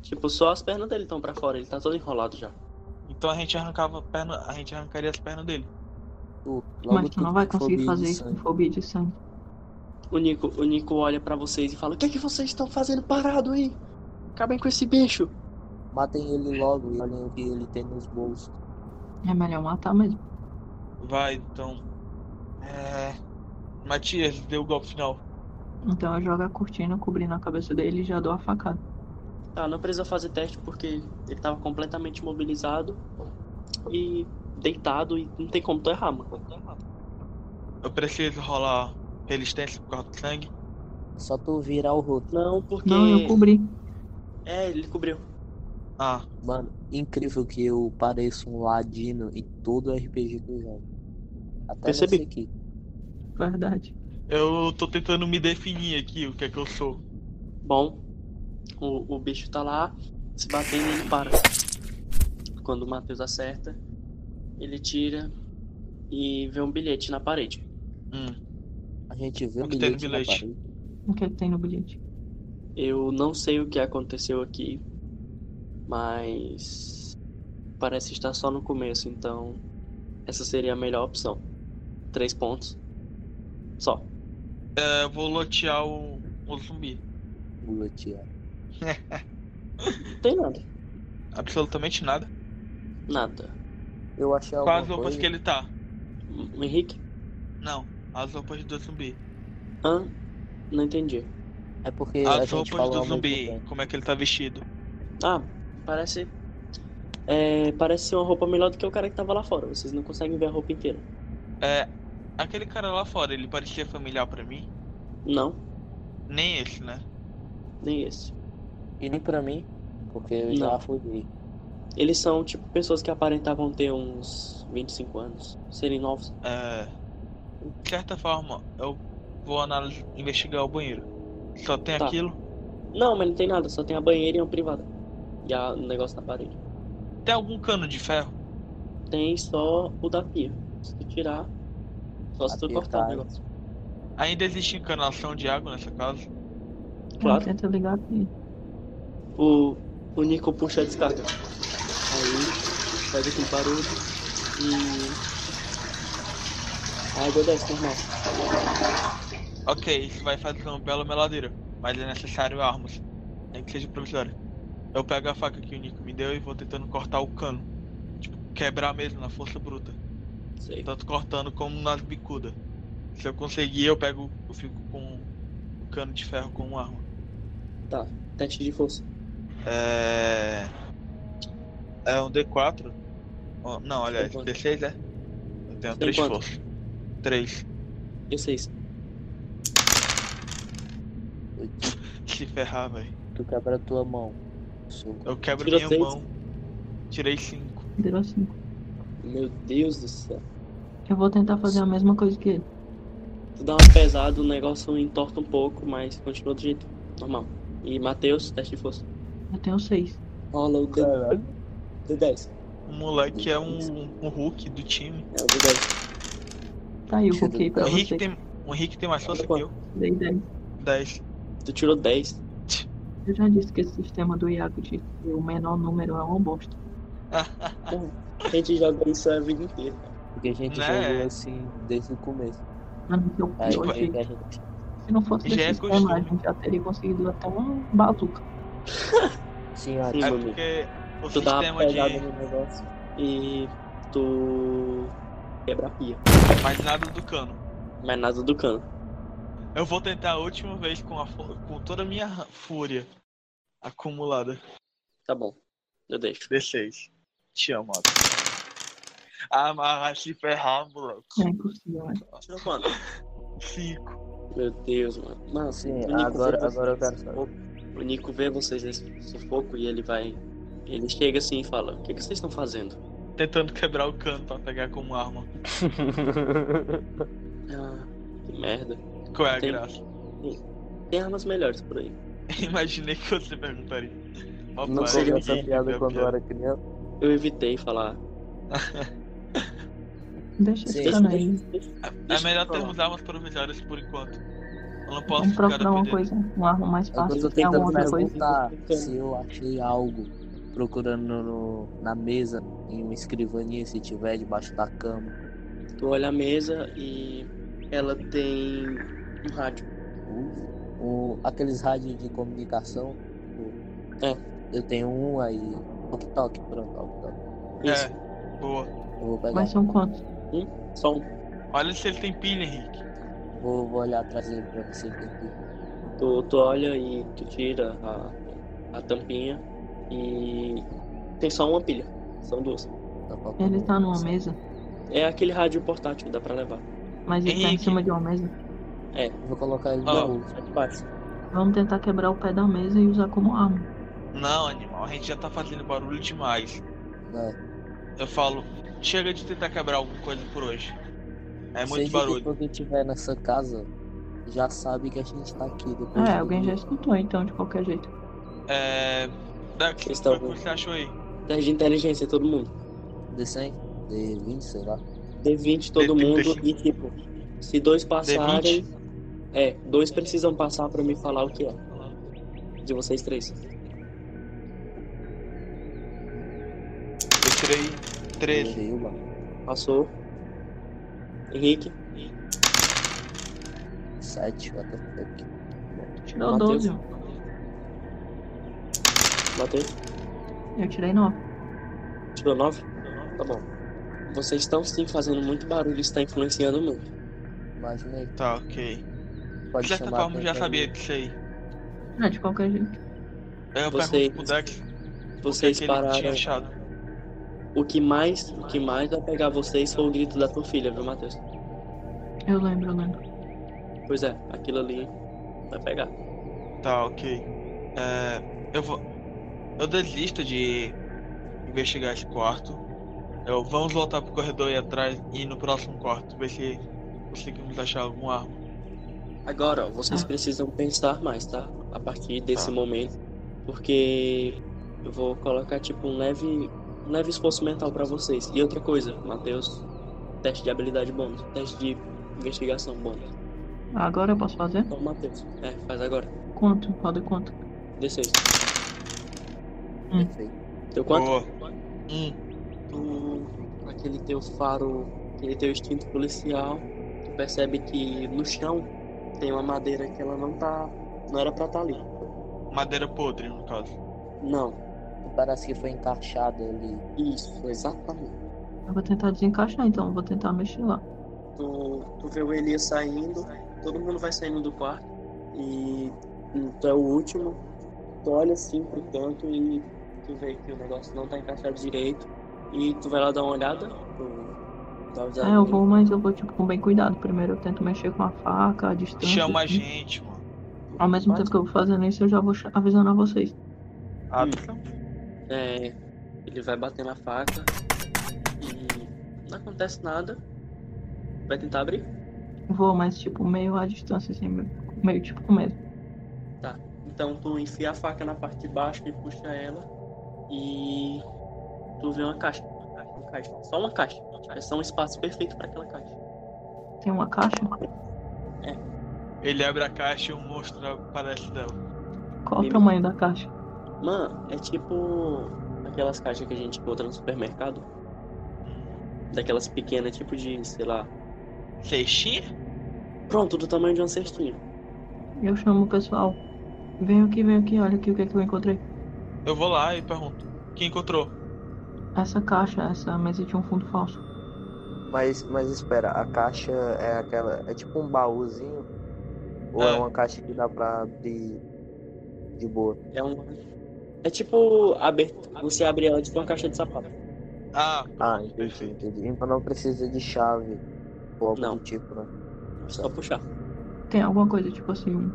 Speaker 1: Tipo, só as pernas dele estão pra fora, ele tá todo enrolado já.
Speaker 2: Então a gente arrancava a perna. A gente arrancaria as pernas dele.
Speaker 3: Tu, logo
Speaker 4: Mas tu não vai
Speaker 3: com
Speaker 4: conseguir
Speaker 3: fobia
Speaker 4: fazer
Speaker 3: de
Speaker 4: isso com
Speaker 3: sangue.
Speaker 4: fobia de sangue.
Speaker 1: O Nico, o Nico olha pra vocês e fala: O que é que vocês estão fazendo parado aí? Acabem com esse bicho.
Speaker 3: Matem ele logo e olhem o que ele tem nos bolsos.
Speaker 4: É melhor matar mesmo.
Speaker 2: Vai, então. É. Matias, deu o golpe final.
Speaker 4: Então eu jogo a cortina cobrindo a cabeça dele e já dou a facada.
Speaker 1: Tá, não precisa fazer teste porque ele tava completamente imobilizado e deitado e não tem como tu errar, mano.
Speaker 2: Eu preciso rolar resistência por causa do sangue.
Speaker 3: Só tu virar o rosto.
Speaker 1: Não, porque.
Speaker 4: Não, eu cobri.
Speaker 1: É, ele cobriu.
Speaker 2: Ah,
Speaker 3: Mano, incrível que eu pareço um ladino em todo RPG que eu jogo. Até
Speaker 1: Percebi.
Speaker 3: nesse aqui.
Speaker 4: Verdade.
Speaker 2: eu tô tentando me definir aqui o que é que eu sou.
Speaker 1: Bom, o, o bicho tá lá, se batendo ele para. Quando o Matheus acerta, ele tira e vê um bilhete na parede.
Speaker 2: Hum,
Speaker 3: A gente vê
Speaker 2: O
Speaker 3: o
Speaker 2: que tem no
Speaker 3: bilhete na
Speaker 2: bilhete?
Speaker 3: parede.
Speaker 4: O que é que tem no bilhete?
Speaker 1: Eu não sei o que aconteceu aqui, mas parece estar só no começo, então essa seria a melhor opção. Três pontos. Só.
Speaker 2: é, eu vou lotear o, o zumbi.
Speaker 3: Bilhete, ó.
Speaker 1: Não tem nada.
Speaker 2: Absolutamente nada.
Speaker 1: Nada.
Speaker 3: Eu achei
Speaker 2: Quais as
Speaker 3: alguma
Speaker 2: roupas
Speaker 3: coisa.
Speaker 2: que ele tá?
Speaker 1: O Hum, Henrique?
Speaker 2: Não, as roupas do zumbi.
Speaker 1: Hã? Não entendi.
Speaker 3: É porque a
Speaker 2: As
Speaker 3: gente
Speaker 2: roupas
Speaker 3: falou
Speaker 2: do
Speaker 3: ao mesmo
Speaker 2: zumbi,
Speaker 3: tempo.
Speaker 2: como é que ele tá vestido.
Speaker 1: Ah, parece. É, parece ser uma roupa melhor do que o cara que tava lá fora. Vocês não conseguem ver a roupa inteira.
Speaker 2: É, aquele cara lá fora, ele parecia familiar pra mim?
Speaker 1: Não,
Speaker 2: Nem esse, né?
Speaker 1: nem esse.
Speaker 3: E nem pra mim, porque eu
Speaker 1: Não.
Speaker 3: já fui.
Speaker 1: Eles são, tipo, pessoas que aparentavam ter uns 25 anos, serem novos.
Speaker 2: É, de certa forma, eu vou analisar, investigar o banheiro. Só tem
Speaker 1: Tá.
Speaker 2: aquilo?
Speaker 1: Não, mas não tem nada, só tem a banheira e uma privada. E a- o negócio na parede.
Speaker 2: Tem algum cano de ferro?
Speaker 1: Tem só o da pia. Se tu tirar, só se tu
Speaker 3: Apertar.
Speaker 1: cortar o negócio.
Speaker 2: Ainda existe encanação de água nessa casa?
Speaker 1: Claro.
Speaker 4: Tenta ligar aqui.
Speaker 1: O, o Nico puxa a descarga. Aí faz aquele barulho e. A água desce normal.
Speaker 2: Ok, isso vai fazer uma bela meladeira, mas é necessário armas, nem que seja provisória. Eu pego a faca que o Nico me deu e vou tentando cortar o cano. Tipo, quebrar mesmo na força bruta.
Speaker 1: Sei.
Speaker 2: Tanto cortando como nas bicudas. Se eu conseguir, eu pego. Eu fico com o cano de ferro como arma.
Speaker 1: Teste de força.
Speaker 2: É. É um D4? Ó, Não, aliás,
Speaker 1: Tem quanto?
Speaker 2: D6 é? Eu tenho
Speaker 1: Tem
Speaker 2: 3
Speaker 1: quanto?
Speaker 2: forças. 3.
Speaker 1: Eu sei. isso.
Speaker 3: Eu-
Speaker 2: (laughs) Se ferrar, velho.
Speaker 3: Tu quebra a tua mão. Soco.
Speaker 2: Eu quebro
Speaker 1: Tirou
Speaker 2: minha
Speaker 1: seis?
Speaker 2: mão. Tirei 5.
Speaker 4: Deu assim.
Speaker 1: Meu Deus do céu.
Speaker 4: Eu vou tentar fazer a mesma coisa que ele.
Speaker 1: Tu dá uma pesada, o negócio entorta um pouco, mas continua do jeito normal. E Matheus, teste de força.
Speaker 4: Eu tenho seis.
Speaker 1: Rola o D-
Speaker 3: Caralho.
Speaker 1: D10.
Speaker 2: O moleque é um, um Hulk do time.
Speaker 1: É o D10.
Speaker 4: Tá aí, eu coloquei pra
Speaker 2: O Rick
Speaker 4: você.
Speaker 2: tem, o Rick tem mais força que eu.
Speaker 4: Dei 10.
Speaker 2: (laughs) 10.
Speaker 1: Tu tirou 10.
Speaker 4: Eu já disse que esse sistema do Iago de ter o menor número é uma bosta.
Speaker 2: É
Speaker 1: A gente joga isso a vida inteira.
Speaker 3: Porque a gente
Speaker 2: Né?
Speaker 3: jogou assim desde o começo.
Speaker 4: Pra mim, eu,
Speaker 3: É, Aí,
Speaker 4: eu achei
Speaker 3: aí
Speaker 4: que
Speaker 3: a gente
Speaker 4: se não fosse
Speaker 2: Já é
Speaker 4: desse sistema, a
Speaker 2: costume.
Speaker 4: gente já teria conseguido até uma bazuca.
Speaker 3: tinha
Speaker 1: Sim,
Speaker 2: É
Speaker 1: meu amigo.
Speaker 2: porque o
Speaker 1: Tu dá uma
Speaker 2: sistema de.
Speaker 1: pegada no negócio e tu quebra a pia.
Speaker 2: Mas nada do cano.
Speaker 1: Mas nada do cano.
Speaker 2: Eu vou tentar a última vez com, a fu- com toda a minha ra- fúria acumulada.
Speaker 1: Tá bom. Eu deixo.
Speaker 2: D6. Te amo, Otto. Ah, mas vai se ferrar, moleque.
Speaker 4: É impossível, né?
Speaker 1: Tirou quanto?
Speaker 2: 5.
Speaker 1: Meu Deus, mano. Mano,
Speaker 3: Sim,
Speaker 1: o Nico
Speaker 3: agora,
Speaker 1: vê
Speaker 3: agora eu quero
Speaker 1: vocês
Speaker 3: saber.
Speaker 1: nesse sufoco. O Nico vê vocês nesse sufoco e ele vai. Ele chega assim e fala: O que, que vocês estão fazendo?
Speaker 2: Tentando quebrar o cano pra pegar como arma.
Speaker 1: Ah, que merda.
Speaker 2: Qual é a
Speaker 1: Tem-
Speaker 2: graça? (laughs)
Speaker 1: Tem armas melhores por aí.
Speaker 2: Imaginei que você perguntaria. Ó,
Speaker 3: Não
Speaker 2: pai,
Speaker 1: sei
Speaker 3: sei
Speaker 1: eu
Speaker 3: essa
Speaker 2: que-
Speaker 3: piada
Speaker 2: que
Speaker 3: quando eu
Speaker 2: piada.
Speaker 3: era criança.
Speaker 1: Eu evitei falar.
Speaker 4: Deixa esse
Speaker 3: Sim.
Speaker 4: cano aí.
Speaker 2: É
Speaker 1: Deixa
Speaker 2: melhor
Speaker 1: pra lá.
Speaker 2: termos armas provisórias por enquanto. Eu não posso
Speaker 4: Vamos
Speaker 2: ficar
Speaker 4: procurar uma
Speaker 2: dependendo.
Speaker 4: coisa, uma arma mais
Speaker 3: Eu
Speaker 4: fácil.
Speaker 3: tô
Speaker 4: Tem
Speaker 3: tentando
Speaker 4: alguma outra coisa?
Speaker 3: perguntar
Speaker 1: Então.
Speaker 3: se eu achei algo procurando no- na mesa, em uma escrivaninha, se tiver debaixo da cama.
Speaker 1: Tu olha a mesa e ela tem um rádio.
Speaker 3: O, aqueles rádios de comunicação. É. Eu tenho um aí. Toque, toque, pronto, toque, toque.
Speaker 1: Isso,
Speaker 2: É, boa.
Speaker 3: Eu vou pegar.
Speaker 4: Mas são quantos?
Speaker 1: só um.
Speaker 2: Olha se ele tem pilha, Henrique.
Speaker 3: Vou, vou olhar atrás dele pra você ver aqui.
Speaker 1: Tu, tu olha e tu tira a, a tampinha e tem só uma pilha. São duas.
Speaker 3: Tá faltando
Speaker 4: Ele tá numa
Speaker 3: um.
Speaker 4: mesa,
Speaker 1: É aquele rádio portátil, dá pra levar.
Speaker 4: mas ele tá em
Speaker 2: Henrique.
Speaker 4: cima de uma mesa.
Speaker 3: Vou colocar ele
Speaker 2: Ó.
Speaker 3: na bolsa.
Speaker 1: É de baixo.
Speaker 4: Vamos tentar quebrar o pé da mesa e usar como arma.
Speaker 2: Não, animal, a gente já tá fazendo barulho demais.
Speaker 3: né?
Speaker 2: Eu falo, chega de tentar quebrar alguma coisa por hoje. É muito
Speaker 3: Seja
Speaker 2: barulho.
Speaker 3: Quando tiver nessa casa, já sabe que a gente tá aqui. Depois
Speaker 2: Uhum.
Speaker 4: É,
Speaker 3: de-
Speaker 4: alguém já escutou então, de qualquer jeito.
Speaker 2: É. Dex,
Speaker 1: Vocês
Speaker 2: o que
Speaker 1: estão-
Speaker 2: você achou aí?
Speaker 1: 10 de inteligência, todo mundo.
Speaker 3: D100? D20, sei lá.
Speaker 1: D20 todo
Speaker 2: D35.
Speaker 1: mundo e tipo, se dois passarem. É, dois precisam passar pra me falar o que é. De vocês três.
Speaker 2: Eu tirei
Speaker 1: Uhum.
Speaker 2: 13.
Speaker 3: Tirei uma.
Speaker 1: Passou. Henrique,
Speaker 3: Sete, what the fuck.
Speaker 4: Tirou
Speaker 1: Mateus.
Speaker 4: 12.
Speaker 1: Matheus,
Speaker 4: Eu tirei 9.
Speaker 1: tirou 9? Tá bom. Vocês estão sim fazendo muito barulho, isso tá influenciando muito.
Speaker 3: Imaginei.
Speaker 2: Tá, ok.
Speaker 3: Pode
Speaker 2: De certa
Speaker 3: chamar
Speaker 2: forma, eu um, já
Speaker 1: tá
Speaker 3: atenção.
Speaker 2: sabia disso aí.
Speaker 4: É, de qualquer jeito.
Speaker 2: Aí Eu
Speaker 1: Vocês-
Speaker 2: pergunto pro Dex o que, é
Speaker 1: Vocês
Speaker 2: que ele tinha
Speaker 1: pararam.
Speaker 2: achado.
Speaker 1: O que mais, o que mais vai pegar vocês foi o grito da tua filha, viu, Matheus?
Speaker 4: Eu lembro, eu lembro.
Speaker 1: Pois é, aquilo ali vai pegar.
Speaker 2: Tá, ok. É, eu vou. Eu desisto de investigar esse quarto. Eu, vamos voltar pro corredor e atrás e ir no próximo quarto, ver se conseguimos achar algum arma.
Speaker 1: Agora, ó, vocês
Speaker 4: Ah.
Speaker 1: precisam pensar mais, tá? A partir desse
Speaker 2: Tá.
Speaker 1: momento, porque eu vou colocar tipo um leve, um leve esforço mental pra vocês. E outra coisa, Matheus, teste de habilidade bônus, teste de investigação bônus.
Speaker 4: Agora eu posso fazer?
Speaker 1: Então, Matheus, é, faz agora.
Speaker 4: Quanto? Roda quanto?
Speaker 1: D6.
Speaker 3: Perfeito.
Speaker 1: Teu quanto?
Speaker 2: Boa. Um.
Speaker 1: tu, com aquele teu faro, aquele teu instinto policial, tu percebe que no chão tem uma madeira que ela não tá, não era pra estar ali.
Speaker 2: Madeira podre, no caso.
Speaker 1: Uhum. Não,
Speaker 3: Parece que foi encaixado ali.
Speaker 1: isso, exatamente.
Speaker 4: Eu vou tentar desencaixar então, eu vou tentar mexer lá.
Speaker 1: Tu, tu vê o Elias saindo, todo mundo vai saindo do quarto e e tu é o último. Tu olha assim pro canto e tu vê que o negócio não tá encaixado direito e tu vai lá dar uma olhada. Tu, dá uma
Speaker 4: É, eu vou, mas eu vou tipo com bem cuidado. Primeiro eu tento mexer com a faca, a distância.
Speaker 2: Chama a
Speaker 4: assim.
Speaker 2: gente, mano.
Speaker 4: Ao mesmo tempo que eu vou fazendo isso, eu já vou cha- avisando a vocês.
Speaker 2: Ah,
Speaker 1: Hum.
Speaker 2: tá.
Speaker 1: É, ele vai bater na faca e não acontece nada. Vai tentar abrir?
Speaker 4: Vou, mas tipo meio à distância, assim, meio, meio tipo com medo.
Speaker 1: Então tu enfia a faca na parte de baixo e puxa ela e tu vê uma caixa. Uma caixa. Só uma caixa. É só um espaço perfeito para aquela caixa.
Speaker 4: Tem uma caixa?
Speaker 2: Ele abre a caixa e um monstro aparece dela.
Speaker 4: Qual o
Speaker 1: Tem.
Speaker 4: tamanho da caixa?
Speaker 1: Mano, é tipo aquelas caixas que a gente encontra no supermercado.
Speaker 2: Hum.
Speaker 1: Daquelas pequenas, tipo de, sei lá.
Speaker 2: Cestinha?
Speaker 1: Pronto, do tamanho de uma cestinha.
Speaker 4: Eu chamo o pessoal. Venham aqui, venham aqui, olha aqui o que, é que eu encontrei.
Speaker 2: Eu vou lá e pergunto. Quem encontrou?
Speaker 4: Essa caixa, essa mesa tinha um fundo falso.
Speaker 3: Mas, mas espera, a caixa é aquela. É tipo um baúzinho? Ou é,
Speaker 2: É.
Speaker 3: uma caixa que dá pra abrir de boa?
Speaker 1: É um. É tipo. Aber... Você abre ela tipo uma caixa de sapato.
Speaker 2: Ah,
Speaker 3: Ah, entendi,
Speaker 2: Perfeito.
Speaker 3: entendi. Então não precisa de chave ou algo
Speaker 1: Não.
Speaker 3: do tipo, né?
Speaker 1: Só puxar.
Speaker 4: Tem alguma coisa, tipo assim, um-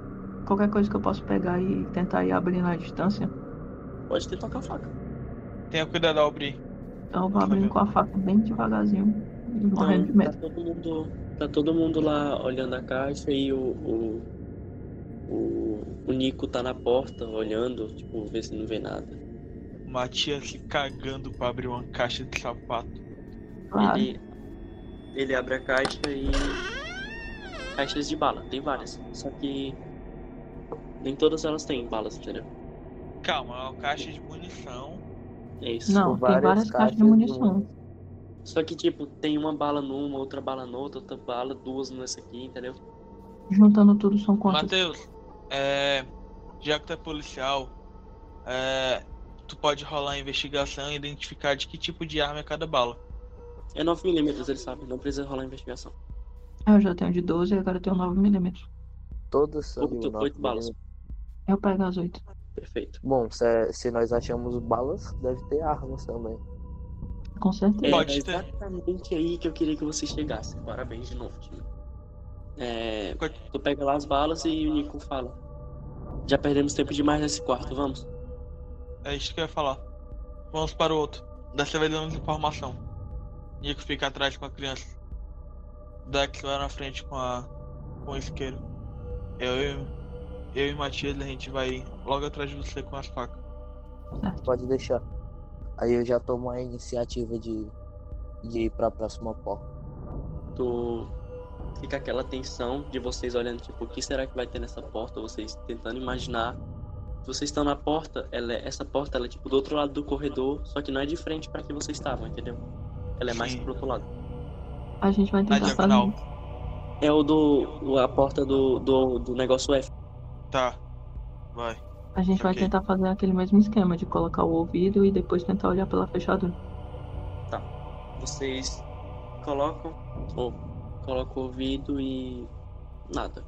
Speaker 4: qualquer coisa que eu posso pegar e tentar ir abrindo à distância.
Speaker 1: Pode ter tocar a faca.
Speaker 2: tenha cuidado, Aubrey.
Speaker 4: Então eu vou abrindo com a faca bem devagarzinho e morrendo de
Speaker 1: Então, tá
Speaker 4: medo.
Speaker 1: todo mundo. Tá todo mundo lá olhando a caixa e o. o... O, o Nico tá na porta olhando, tipo, ver se não vê nada.
Speaker 2: Matias se cagando pra abrir uma caixa de sapato.
Speaker 4: Claro.
Speaker 1: Ele, ele abre a caixa e. Caixas de bala, tem várias. Só que. Nem todas elas têm balas, entendeu?
Speaker 2: Calma, é uma caixa de munição.
Speaker 1: É isso.
Speaker 4: Não, tem
Speaker 3: várias
Speaker 4: várias, caixas de
Speaker 3: caixas um.
Speaker 4: munição.
Speaker 1: Só que, tipo, tem uma bala numa, outra bala noutra, outra bala, duas nessa aqui, entendeu?
Speaker 4: Juntando tudo são quantas?
Speaker 2: Matheus, é, já que tu é policial, é, tu pode rolar a investigação e identificar de que tipo de arma é cada bala.
Speaker 1: É 9mm, ele sabe, não precisa rolar investigação.
Speaker 4: Ah, Eu já tenho de 12 e agora eu tenho 9mm.
Speaker 3: Todas são de
Speaker 1: Oito,
Speaker 3: nove
Speaker 1: oito balas.
Speaker 3: milímetros.
Speaker 4: Eu pego as 8.
Speaker 1: Perfeito.
Speaker 3: Bom, se, é, se nós achamos balas, deve ter armas também.
Speaker 4: Com certeza.
Speaker 2: Pode
Speaker 1: é
Speaker 2: ter.
Speaker 1: exatamente aí que eu queria que você chegasse. Parabéns de novo, time. É, tu pega lá as balas e o Nico fala. Já perdemos tempo demais nesse quarto, vamos.
Speaker 2: É isso que eu ia falar. Vamos para o outro. Dessa vez damos informação. Nico fica atrás com a criança. Dex vai na frente com a. com o isqueiro. Eu, eu, eu e Matias a gente vai logo atrás de você com as facas.
Speaker 3: Pode deixar. Aí eu já tomo a iniciativa de, de ir pra próxima porta.
Speaker 1: Tu fica aquela tensão de vocês olhando, tipo, o que será que vai ter nessa porta? Vocês tentando imaginar. Vocês estão na porta, ela é- essa porta ela é tipo do outro lado do corredor, só que não é de frente para que vocês estavam, entendeu? Ela é mais
Speaker 2: Sim.
Speaker 1: pro outro lado.
Speaker 4: A gente vai
Speaker 2: É. Na
Speaker 4: tentar fazer.
Speaker 2: diagonal.
Speaker 1: É o do. o- a porta do, do, do negócio F.
Speaker 2: Tá. Vai.
Speaker 4: A gente vai
Speaker 2: Ok.
Speaker 4: tentar fazer aquele mesmo esquema de colocar o ouvido e depois tentar olhar pela fechadura.
Speaker 1: Vocês colocam. Ou colocam o ouvido e. nada.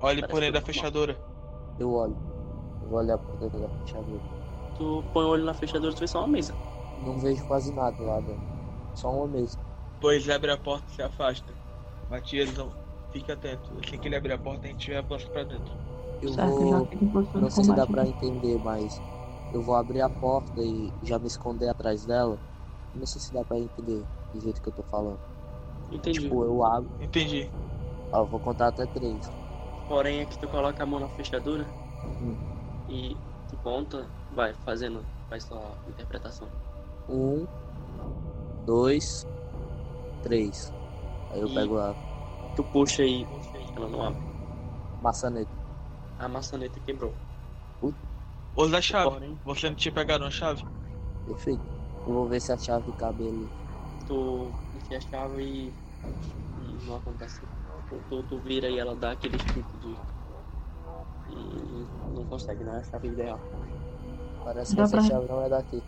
Speaker 2: Olhe
Speaker 1: Parece
Speaker 2: por aí
Speaker 1: tudo
Speaker 2: da
Speaker 1: normal.
Speaker 2: fechadura.
Speaker 3: Eu olho. Eu vou olhar pra dentro da fechadura.
Speaker 1: Tu põe o olho na fechadura e tu vê só uma mesa.
Speaker 3: Não vejo quase nada lá dentro. Só uma mesa.
Speaker 2: Pois abre a porta e se afasta. Matias, não. Fica atento. Assim que ele abrir a porta, a gente vai avançar pra dentro.
Speaker 3: Eu
Speaker 4: certo?
Speaker 3: vou.
Speaker 4: Já fica em posição
Speaker 3: Não
Speaker 4: de
Speaker 3: sei se dá
Speaker 4: combate.
Speaker 3: pra entender, mas eu vou abrir a porta e já me esconder atrás dela. Não sei se dá pra entender do jeito que eu tô falando.
Speaker 1: Entendi.
Speaker 3: Tipo, eu abro,
Speaker 2: Entendi.
Speaker 3: ó, eu vou contar até três.
Speaker 1: Porém, é que tu coloca a mão na fechadura
Speaker 3: Hum.
Speaker 1: e tu conta, vai fazendo, faz sua interpretação.
Speaker 3: Um, dois, três. Aí eu
Speaker 1: E-
Speaker 3: pego a
Speaker 1: Tu puxa e ela não abre.
Speaker 3: maçaneta.
Speaker 1: A maçaneta quebrou.
Speaker 2: Usa a chave.
Speaker 1: Porém,
Speaker 2: Você não tinha pegado uma chave?
Speaker 3: Perfeito. Eu vou ver se a chave cabe ali.
Speaker 1: tu enfia a chave e e não acontece. Tu, tu, tu vira e ela dá aquele tipo de. e Não consegue, não é a chave ideal.
Speaker 3: Parece que
Speaker 4: Dá
Speaker 3: essa
Speaker 4: pra-
Speaker 3: chave não é daqui.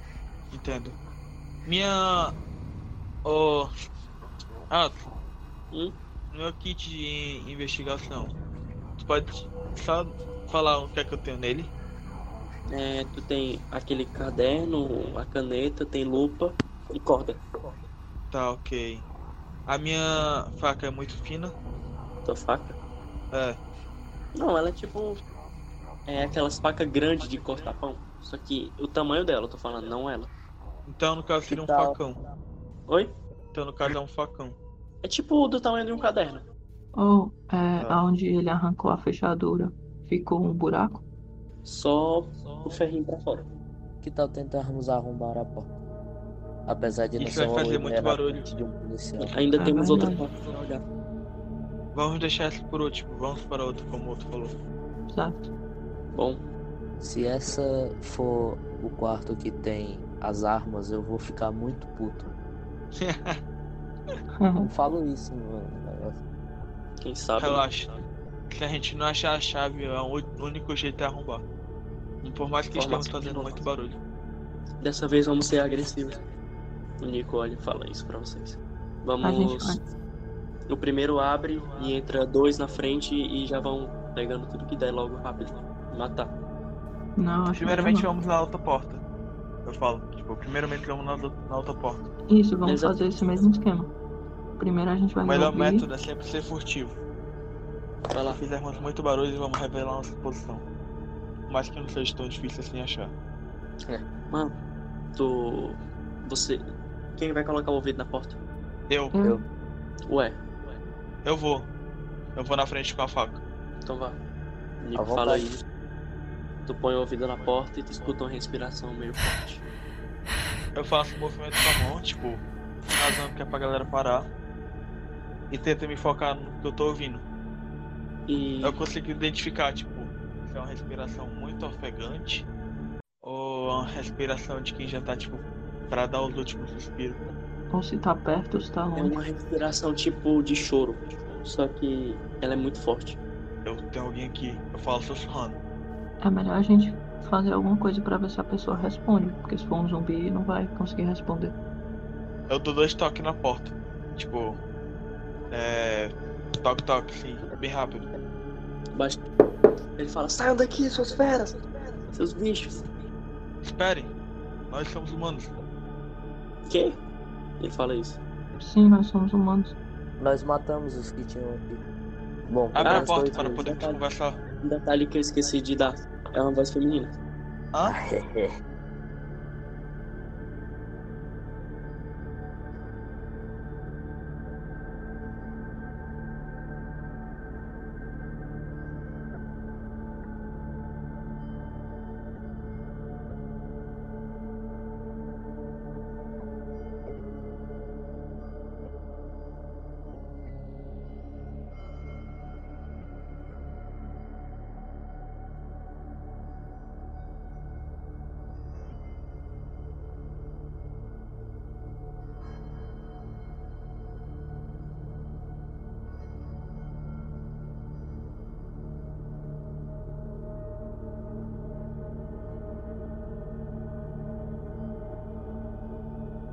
Speaker 2: Entendo. Minha. Ô. Ah.
Speaker 1: Hum?
Speaker 2: No meu kit de investigação. Tu pode só falar o que é que eu tenho nele?
Speaker 1: É, tu tem aquele caderno, a caneta, tem lupa e corda.
Speaker 2: Tá, ok. A minha faca é muito fina.
Speaker 1: Tua faca.
Speaker 2: É.
Speaker 1: Não, ela é tipo. É aquelas facas grandes de cortar pão. Só que o tamanho dela, eu tô falando, não ela.
Speaker 2: Então no caso seria um
Speaker 3: Tá.
Speaker 2: facão.
Speaker 1: Oi?
Speaker 2: Então no caso é um facão.
Speaker 1: É tipo do tamanho de um caderno.
Speaker 4: Ou é,
Speaker 3: Ah.
Speaker 2: Tá.
Speaker 4: onde ele arrancou a fechadura ficou um buraco?
Speaker 1: Só o ferrinho pra fora.
Speaker 3: Que tal tentarmos arrombar a porta? Apesar de não
Speaker 2: Isso
Speaker 3: ser
Speaker 2: vai
Speaker 3: uma
Speaker 2: fazer
Speaker 3: ideia
Speaker 2: muito
Speaker 3: na
Speaker 2: barulho.
Speaker 3: frente de um policial.
Speaker 1: Ainda
Speaker 4: Ah,
Speaker 1: temos
Speaker 4: verdade.
Speaker 1: outra porta pra olhar.
Speaker 2: Vamos deixar essa por último, vamos para outro, como o outro falou.
Speaker 4: Exato. (laughs)
Speaker 1: Bom,
Speaker 3: Se essa for o quarto que tem as armas, eu vou ficar muito puto.
Speaker 1: Tá
Speaker 2: (laughs)
Speaker 3: Não falo isso, mano. negócio.
Speaker 1: quem sabe. né?
Speaker 2: Relaxa. Se a gente não achar a chave, é o único jeito é arrombar. E por mais que estamos
Speaker 1: Informação de
Speaker 2: fazendo
Speaker 1: novo.
Speaker 2: muito barulho.
Speaker 1: Dessa vez vamos ser agressivos. O Nicole fala isso pra vocês.
Speaker 4: A gente
Speaker 1: Vamos. O primeiro abre e entra dois na frente e já vão pegando tudo que der logo rápido. Matar.
Speaker 4: Não, acho
Speaker 2: Primeiramente
Speaker 4: que não.
Speaker 2: vamos na outra porta. Eu falo, tipo, primeiramente vamos na, outra- na outra porta.
Speaker 4: Isso, vamos
Speaker 1: Exato.
Speaker 4: fazer esse mesmo esquema. Primeiro a gente vai
Speaker 2: O melhor
Speaker 4: resolver-
Speaker 2: método é sempre ser furtivo.
Speaker 1: Vai lá.
Speaker 2: Se fizermos muito barulho, vamos revelar nossa posição. Por mais que não seja tão difícil assim achar.
Speaker 1: Tu. Você. Quem vai colocar o ouvido na porta?
Speaker 2: Eu,
Speaker 4: Eu-
Speaker 3: Eu-
Speaker 1: Ué,
Speaker 2: eu vou. Eu vou na frente com a faca.
Speaker 1: então vá. O Nico
Speaker 3: À
Speaker 1: fala
Speaker 3: vontade.
Speaker 1: isso. Tu põe o ouvido na porta e tu escuta uma respiração meio forte.
Speaker 2: Eu faço um movimento com a mão, tipo, razão que é pra galera parar. E tento me focar no que eu tô ouvindo.
Speaker 1: E.
Speaker 2: Eu consegui identificar, tipo, se é uma respiração muito ofegante ou é uma respiração de quem já tá, tipo, pra dar os últimos suspiros.
Speaker 4: Ou se tá perto ou se tá
Speaker 1: É
Speaker 4: longe.
Speaker 1: uma respiração tipo de choro. Só que ela é muito forte.
Speaker 2: Eu tenho alguém aqui, eu falo sussurrando.
Speaker 4: É melhor a gente fazer alguma coisa pra ver se a pessoa responde. Porque se for um zumbi, não vai conseguir responder.
Speaker 2: Eu dou dois toques na porta. Tipo, é. Toque, toque, sim, bem rápido.
Speaker 1: Baixa. Ele fala, saiam daqui, suas feras, suas feras, seus bichos.
Speaker 2: Esperem, nós somos humanos.
Speaker 1: Quê? Ele fala isso.
Speaker 4: Sim, nós somos humanos.
Speaker 3: Nós matamos os que tinham aqui. Bom,
Speaker 2: Abre
Speaker 1: Ah,
Speaker 2: a
Speaker 3: nós
Speaker 2: porta
Speaker 3: dois-
Speaker 2: para
Speaker 1: sim,
Speaker 2: podermos
Speaker 1: já tá.
Speaker 2: conversar.
Speaker 3: (laughs)
Speaker 1: Um detalhe que eu esqueci de dar. É uma voz feminina.
Speaker 2: Hã?